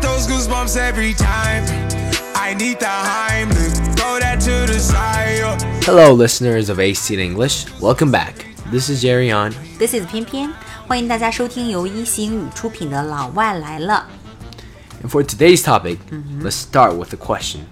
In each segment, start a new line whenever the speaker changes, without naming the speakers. those goosebumps every time. I need the Heimlich. Throw that to the side. yo.
Hello, listeners of AC in English. Welcome back. This is Jerry on.
This is 偏偏，欢迎大家收听由一星语出品的《老外来了
And for today's topic, let's start with a question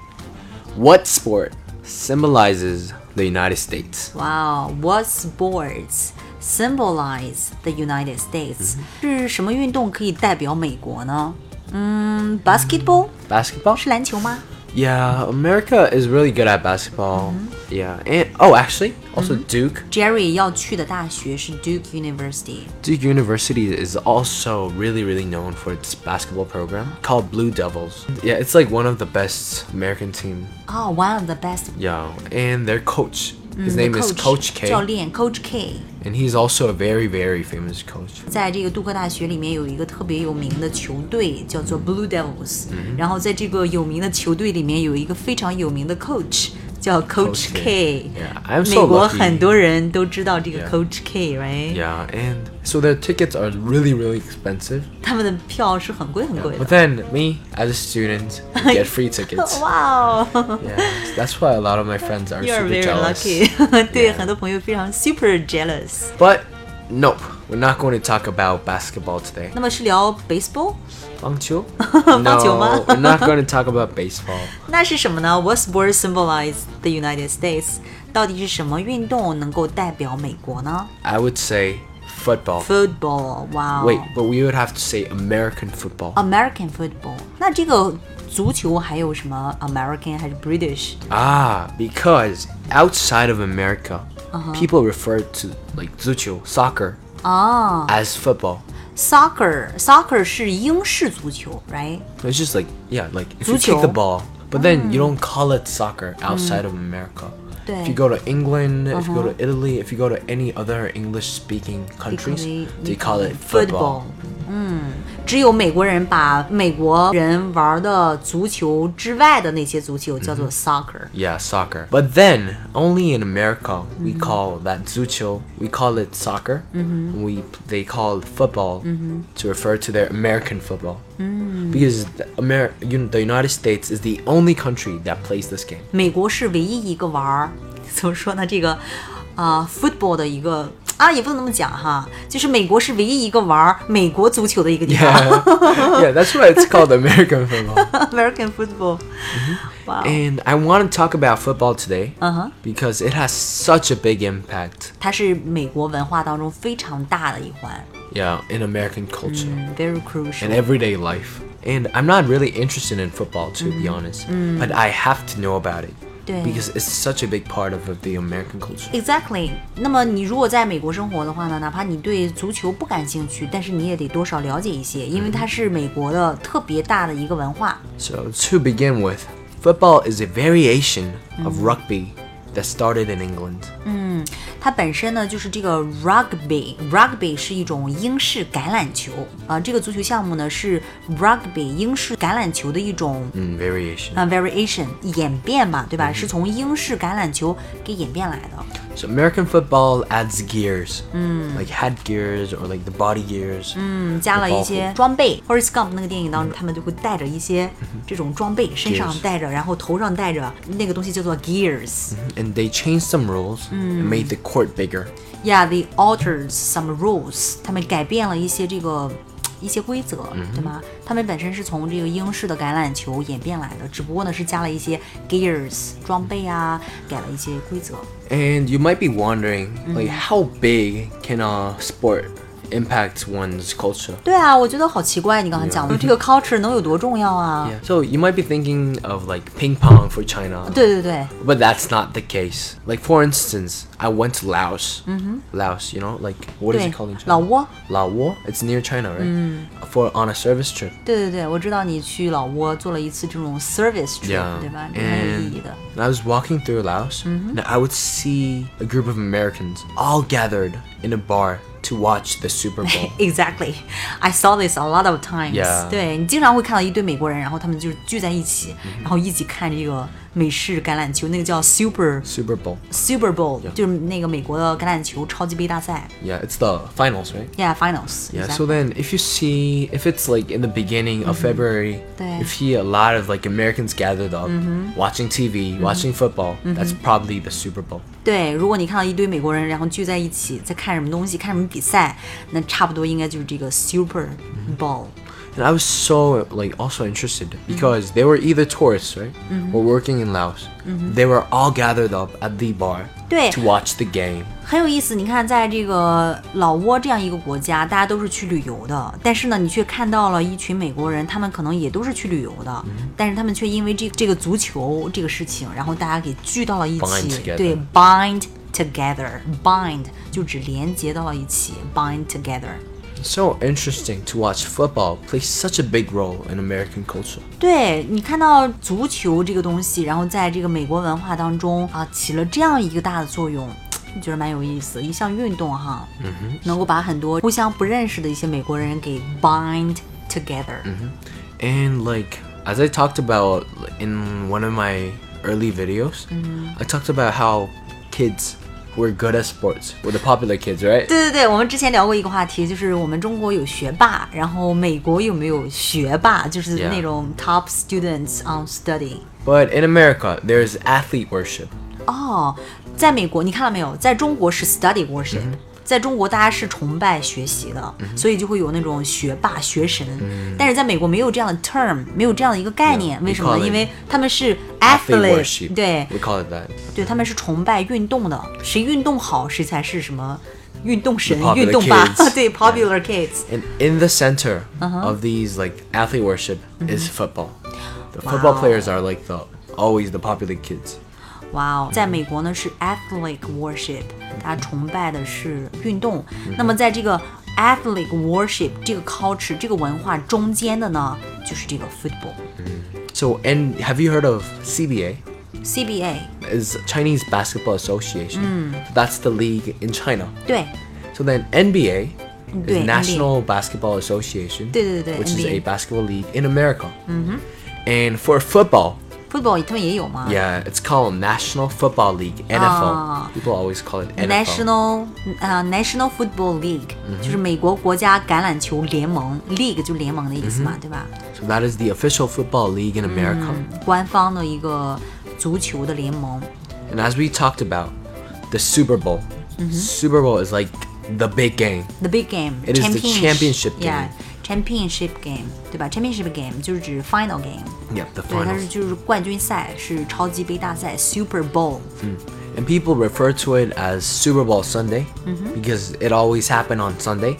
What sport symbolizes the United States?》。
哇、哦 w h a t sports symbolize the United States？、是
嗯
什么运动可以代表美国呢？嗯，basketball
Basketball?
是篮球吗？
Yeah, America is really good at basketball. Yeah, and oh, actually, also Duke.
Jerry 要去的大学是 Duke University。
Duke University is also really, really known for its basketball program called Blue Devils. Yeah, it's like one of the best American team.
哦、o n e of the best。
Yeah, and their coach, his name is Mm, Coach K.
教练 Coach K，
And he's also a very, very famous coach.
在这个杜克大学里面有一个特别有名的球队叫做 Blue Devils，、然
嗯
后在这个有名的球队里面有一个非常有名的 coach 叫 Coach
K.
K，、
Yeah, I'm so
美国
lucky.
很多人都知道这个
Yeah.
Coach K，right？、
Yeah, and so their tickets are really, really expensive.
他们的票是很贵很贵
But
的。
then me, as a student, get free tickets.
哇哦
Yeah, so that's why a lot of my friends are
，You are
super
very
jealous.
lucky，对
Yeah.
很多朋友非常 super jealous。
But nope, we're not going to talk about basketball today.
那么是聊 baseball，
棒球?
Bangqiu吗？
No, we're not going to talk about baseball.
那是什么呢？What sport symbolize the United States？到底是什么运动能够代表美国呢
I would say football.
？Football，哇、哦
Wait, but we would have to say American football.
，American football。那这个足球还有什么 American 还是 British？
Ah, because outside of America, people refer to like zuchu, soccer,
啊
as football.
，soccer，soccer 是英式足球，right？
It's just like yeah, like if you kick the
足球。
ball, but then you don't call it soccer outside of America. If you
对
go to England, if you go to Italy, if you go to any other English-speaking
你可
countries,
以
they call it football.。
football 嗯，只有美国人把美国人玩的足球之外的那些足球
嗯
叫做 soccer。
Yeah, soccer. But then only in America we call that zucho. We call it soccer. Mm-hmm. We they call football to refer to their American football because the, Amer- un- the United States is the only country that plays this game.
美国是唯一一个玩儿， 怎么说呢？这个啊、f o o t b a l l 的一个啊，也不能那么讲哈，就是美国是唯一一个玩儿美国足球的一个地方
Yeah, yeah, that's why it's called American football.
，American football。哇、哦
And I want to talk about football today because it has such a big impact.
它是美国文化当中非常大的一环
Yeah, in American culture.
嗯，very
in
crucial。
everyday life. And I'm not really interested in football, to
Mm-hmm.
be honest,
Mm.
but I have to know about it
对
because it's such a big part of the American culture.
Exactly。那么你如果在美国生活的话呢，哪怕你对足球不感兴趣，但是你也得多少了解一些，因为它是美国的特别大的一个文化。
So, to begin with, football is a variation
Mm.
of rugby that started in England.
它本身呢就是这个 rugby，rugby 是一种英式橄榄球啊、这个足球项目呢是 rugby 英式橄榄球的一种
Mm, variation.
啊、variation 演变嘛，对吧？是从英式橄榄球给演变来的。
So, American football adds gears, like head gears or like the body gears.
嗯，Mm. 加了
有保
一
护
些装备。Forrest Gump 那个电影当中，他们就会带着一些这种装备，身上
Gears
带着，然后头上带着，那个东西叫做 gears。
And they changed some rules
Mm.
and made the court bigger.
Yeah, they altered some rules. 他们改变了一些这个一些规则，
嗯
对吗？他们本身是从这个英式的橄榄球演变来的，只不过呢是加了一些 gears 装备啊，改了一些规则。
And you might be wondering, like, how big can a sport impact one's culture?
对啊，我觉得好奇怪，你刚才讲的这个 culture 能有多重要啊
啊 Yeah. So you might be thinking of like ping pong for China,
对对对
but that's not the case. Like for instance, I went to Laos. Laos, you know, like what is
对
it called in，China?
老挝，
Lao Wo. It's near China, right? For on a service trip.
对对对，我知道你去老挝做了一次这种 service trip，对吧？这很有意义
And,
的。
and I was walking through Laos, and I would see a group of Americans all gathered in a bar to watch the Super Bowl.
Exactly, I saw this a lot of times.
Yeah. 嗯
对你经常会看到一堆美国人，然后他们就聚在一起，然后一起看这个美式橄榄球，那个叫 Super
Super Bowl.
Super Bowl，、就是那个美国的橄榄球超级杯大赛
Yeah, it's the finals, right?
，Yeah Finals，
Yeah.
exactly
So then, if you see, if it's like in the beginning of February,
Yeah.
if you a lot of like Americans gathered up, watching TV, watching football, that's probably the Super Bowl.
对，如果你看到一堆美国人，然后聚在一起在看什么东西，看什么比赛，那差不多应该就是这个 Super Bowl。
And I was so like also interested because they were either tourists, right, or working in Laos. They were all gathered up at the bar
对
to watch the game.
很有意思，你看，在这个老挝这样一个国家，大家都是去旅游的，但是呢，你却看到了一群美国人，他们可能也都是去旅游的，
嗯
但是他们却因为这这个足球这个事情，然后大家给聚到了一
Bind
起，
together
对，bind together，bind 就指连接到了一起，bind together。
So interesting to watch football play such a big role in American culture.
对你看到足球这个东西，然后在这个美国文化当中啊，起了这样一个大的作用，你觉得蛮有意思。一项运动哈，能够把很多互相不认识的一些美国人给 bind together。
And like as I talked about in one of my early videos, I talked about how kids who are good at sports were the popular kids, right?
对对对，我们之前聊过一个话题，就是我们中国有学霸，然后美国有没有学霸，就是
Yeah
那种 top students on study。
But in America, there's athlete worship.
哦，在美国，你看到没有？在中国是 study worship，、在
嗯
中国大家是崇拜学习的，所以就会有那种学霸、学神。
嗯
但是在美国没有这样的 term，没有这样的一个概念
Yeah，we
为什么
call
呢？
it
因为他们是
Athlete
athlete，
worship.
对
We call it that.
对，他们是崇拜运动的，谁运动好，谁才是什么运动神
The、popular
运动霸，
kids
对 popular kids。
And in the center of these like athlete worship is football. The football players are like the always the popular kids.
哇哦，在美国呢是 athletic worship，大家崇拜的是运动。那么在这个 athletic worship 这个 culture 这个文化中间的呢，就是这个 football
So and have you heard of CBA?
CBA。
Is Chinese Basketball Association. That's the league in China.
对
So then NBA is
NBA.
National Basketball Association,
对，对，对，
which is a
NBA.
basketball league in America.
Mm-hmm.
And for football,
，football 他们也有吗
yeah, it's called National Football League (NFL).
Ah.
People always call it NFL.
National 呃、National Football League、就是美国国家橄榄球联盟，league 就联盟的意思嘛，对吧？
So that is the official football league in America.
官方的一个足球的联盟。
And as we talked about, the Super Bowl.
Mm-hmm.
Super Bowl is like the big game.
The big game,
It is the championship game.
yeah, championship game，对吧？Championship game 就是指 final game，
Yep, the
对，它是
finals.
就是冠军赛，是超级杯大赛 Super Bowl。
And people refer to it as Super Bowl Sunday
Mm-hmm.
because it always happened on Sunday.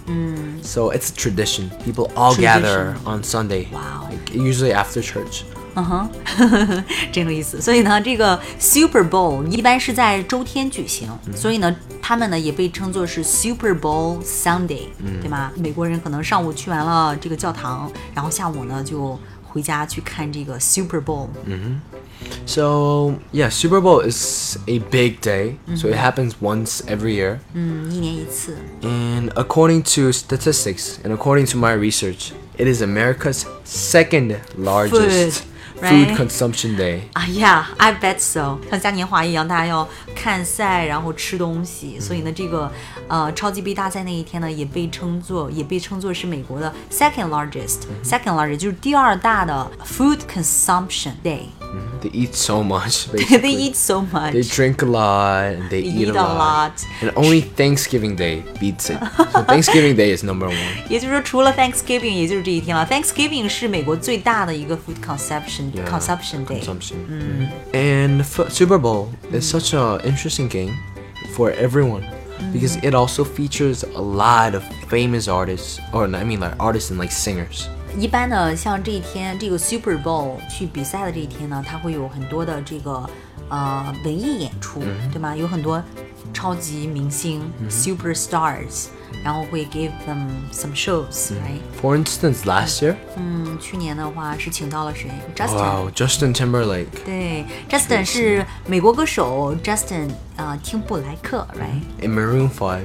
So it's a tradition. People all gather
Mm. Tradition.
on Sunday.
Wow.
Like, usually after church.
嗯 这个意思。所以呢，这个 Super Bowl 一般是在周天举行，
嗯
所以呢，他们呢也被称作是 Super Bowl Sunday，、对
嗯
吗？美国人可能上午去完了这个教堂，然后下午呢就回家去看这个 Super Bowl。
嗯 So yeah, Super Bowl is a big day. So
Mm-hmm.
it happens once every year.
嗯，一年一次。
And according to statistics and according to my research, it is America's second largest
Food,
food,
right?
consumption day.
啊呀，I bet so，像嘉年华一样，大家要看赛，然后吃东西。所以呢，这个呃超级杯大赛那一天呢，也被称作也被称作是美国的 second largest，second、largest 就是第二大的 food consumption day。
They eat so much.
They
basically.
eat so much.
They drink a lot and they
They
eat, a,
eat a
lot.
lot.
And only Thanksgiving Day beats it. So Thanksgiving Day is number one.
也就是说，除了 Thanksgiving，也就是这一天了。Thanksgiving 是美国最大的一个 food consumption、
Yeah,
consumption day。
Consumption. Mm. And f- Super Bowl is such an interesting game for everyone because it also features a lot of famous artists, or I mean like artists and like singers.
一般呢，像这一天这个 Super Bowl 去比赛的这一天呢，它会有很多的这个呃文艺演出，对吗？有很多超级明星、super stars，然后会 give them some shows，right？
For instance, last year,
嗯，去年的话是请到了谁？Justin。
wow, Justin Timberlake
对，Justin 是美国歌手 Justin 啊、呃，听布莱克，right？
in Maroon 5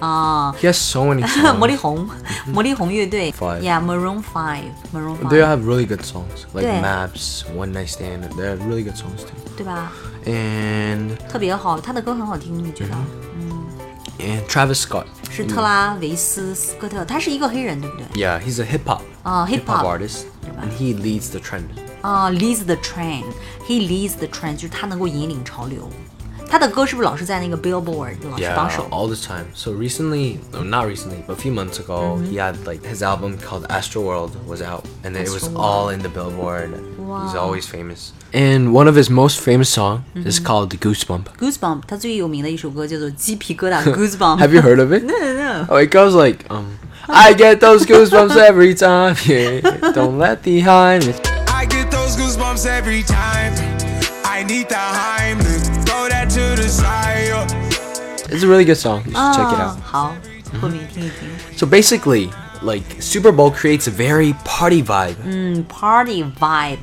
啊，
He has so many
魔力
songs.
红，魔力红乐队
哦 Five 啊
，Yeah Maroon Five Maroon
they
Five，
have really good songs like
对。
Maps, One Night Stand. They have really good songs too.
对吧？
And
特别好，他的歌很好听，你觉得？
and Travis Scott.
是特拉维斯·斯科特，他是一个黑人，对不对？
嗯 Yeah, he's a hip hop
Uh, hip hop.
artist, and he leads the trend.
啊、l e a d s the train，he leads the train，就是他能够引领潮流。他的歌是不是老是在那个 Billboard 老是
Yeah,
榜首
all the time. So recently, no, not recently, but a few months ago,
Mm-hmm.
he had like his album called Astro World was out, and it was
Astroworld.
all in the Billboard. He's
Wow.
always famous. And one of his most famous song
Mm-hmm.
is called Goosebump.
Goosebump，他最有名的一首歌叫做《鸡皮疙瘩 Goosebump》。
Have you heard of it?
No, no, no.
Oh, it goes like, um, I get those goosebumps every time. Yeah, don't let the high.
I get those goosebumps every time. I need the Heimlich. Throw that to the side. yo.
It's a really good song. You should check it
啊
out.
好，后面听一听。
So basically, like Super Bowl creates a very party vibe,
嗯，Party vibe，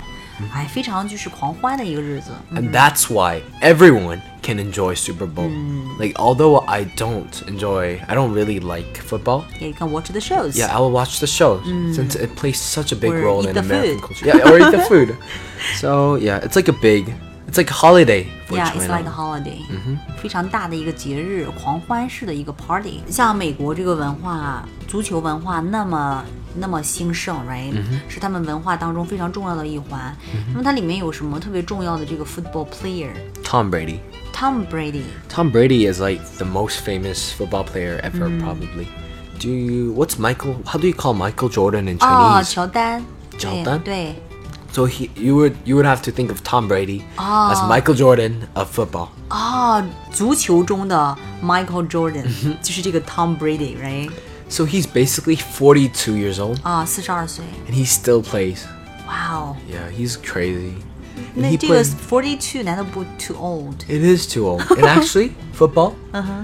哎，非常就是狂欢的一个日子。嗯
and that's why everyone can enjoy Super Bowl.
Mm.
Like, although I don't enjoy, I don't really like football.
Yeah, you can watch the shows.
Yeah, I will watch the shows since it plays such a big
Mm. Or
role
eat
in
the
American
food.
culture. Yeah, or eat the food. So yeah, it's like a big, it's like a holiday for
Yeah, it's
China.
like a holiday，、非
嗯
常大的一个节日，狂欢式的一个 party。像美国这个文化，足球文化那么那么兴盛，right？、
嗯
是他们文化当中非常重要的一环。那么它里面有什么特别重要的这个 football player？Tom
Tom Brady.
Brady，
Tom Brady is like the most famous football player ever,
Mm.
probably. Do you, what's Michael? How do you call Michael Jordan in
哦，
Chinese?
乔丹，
乔
对
丹
对
so he, you would you would have to think of Tom Brady as Michael Jordan of football.
哦，足球中的 Michael Jordan、就是
嗯
这个 Tom Brady，right？
So he's basically 42 years old
啊、4四十二岁，
and he still plays.
哇哦，
Yeah, he's crazy. And
那
he
这个
plays-
forty two 难道不 too old？
It is too old. And actually, football,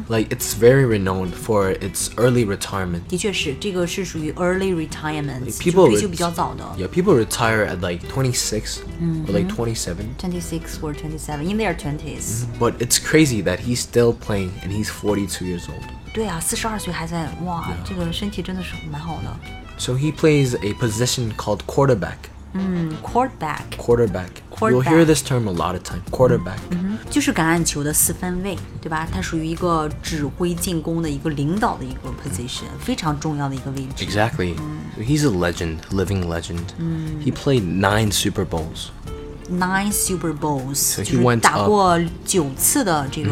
like it's very renowned for its early retirement.
的确是，这个是属于 early retirement，就
People
退
ret-
休比较早的
Yeah, people retire at like 26 or like 27.
，twenty six or twenty seven，in their twenties。
But it's crazy that he's still playing and he's 42 years old.
对啊，四十二岁还在，哇，这个身体真的是蛮好的。
So he plays a position called quarterback.
嗯 Quarterback
Quarterback. You'll
Quarterback.
hear this term a lot of time. Quarterback.
就是橄榄球的四分卫，对吧？它属于一个指挥进攻的一个领导的一
嗯
个 position，非常重要的一个位置。
Exactly. So he's a legend, living legend. He played nine Super Bowls.
Nine Super Bowls，就
he
是
went
打
up- Mm-hmm
过九次的这个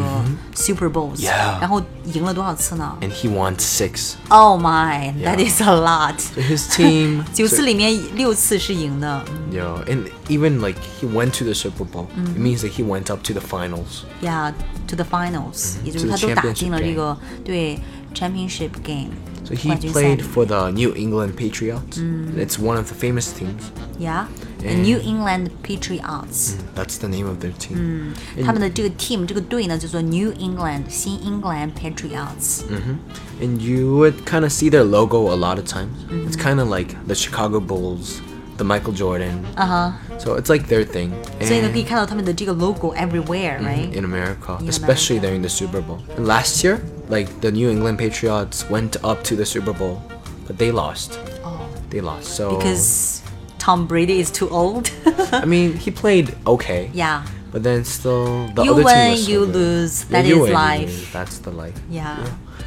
Super Bowls，
Yeah
然后赢了多少次呢
And he won six.
？Oh my，that
Yeah
is a lot。
His team.
九
so-
次里面六次是赢的。
Yo, and even like he went to the Super Bowl. It means that he went up to the finals.
Yeah, to the finals，、也就是
Mm-hmm. to
他
the
都打进了
championship
这个对 championship game
So he
冠军赛
played for the New England Patriots. It's one of the famous teams.
Yeah, the
and- Mm-hmm.
New England Patriots，、
That's the name of their team.
他们的这个 team 这个队呢叫做 New England 新英格兰 Patriots，、
Mm-hmm. And you would kind of see their logo a lot of times.
Mm-hmm.
It's kind of like the Chicago Bulls, the Michael Jordan. Uh
Uh-huh.
huh. So it's like their thing.
所以呢可以
And
看到他们的这个 logo
Mm-hmm.
everywhere，right？、
in America, especially
America.
during the Super Bowl. And last year, like the New England Patriots went up to the Super Bowl, but they lost.
Oh.
They lost. So
Because Tom Brady is too old.
I mean, he played okay.
yeah.
But then still, the
You
other team
win,
was so
you
good.
lose.
Yeah,
That
you
is
win, you
life.
lose. That's the life.
Yeah.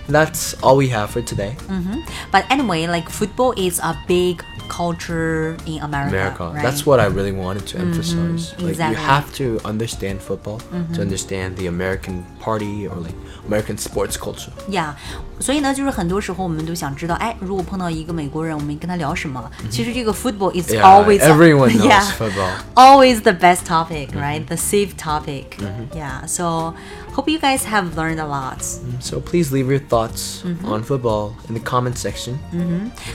That's all we have for today.
But anyway, like football is a big culture in
America.
America. right? Mm-hmm.
That's what I really wanted to emphasize. Like
exactly. Mm-hmm.
you have to understand football to understand the American party or like American sports culture.
呀所以呢，就是很多时候我们都想知道，哎，如果碰到一个美国人，我们跟他聊什么？其实这个 football is
Yeah,
always a-
everyone knows Mm-hmm.
yeah,
football.
always the best topic, right? The safe topic.
Mm-hmm.
Yeah, so hope you guys have learned a lot.
So please leave your thoughts
Mm-hmm.
on football in the comment section.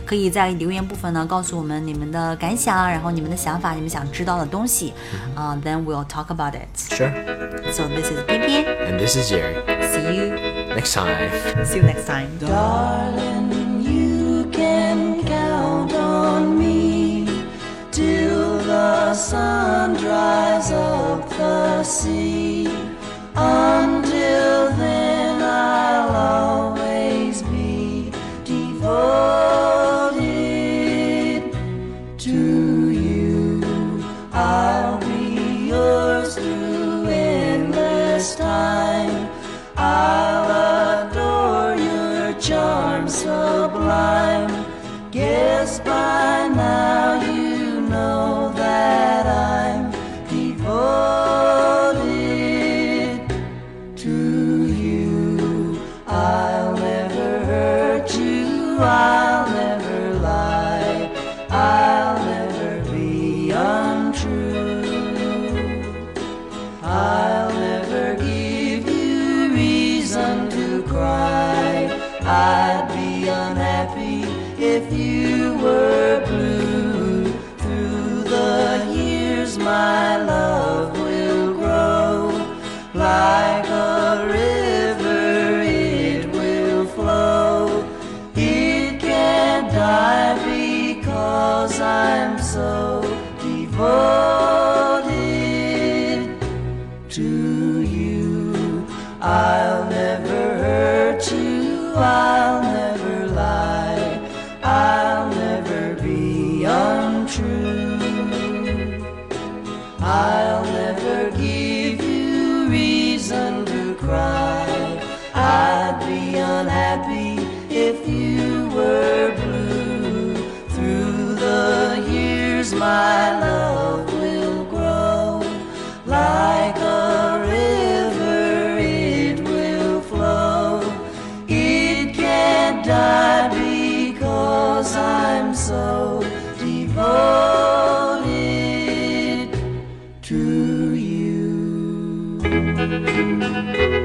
可以在留言部分呢告诉我们你们的感想，然后你们的想法，你们想知道的东西。
嗯
啊、t h e n we'll talk about it.
Sure.
So this is 偏偏
And this is Jerry.
See you,
Next time.
see you next time.
Darling, you can count on me till the sun dries up the sea. Until then, I'll always be. my love will grow like a river, it will flow. It can't die because I'm so devoted to you. I'll never hurt you, I'll never lie, I'll never be untrue. I'll never give you reason to cry. I'd be unhappy if you were blue. Through the years, my love will grow like a river. It will flow. It can't die because I'm so devoted to you.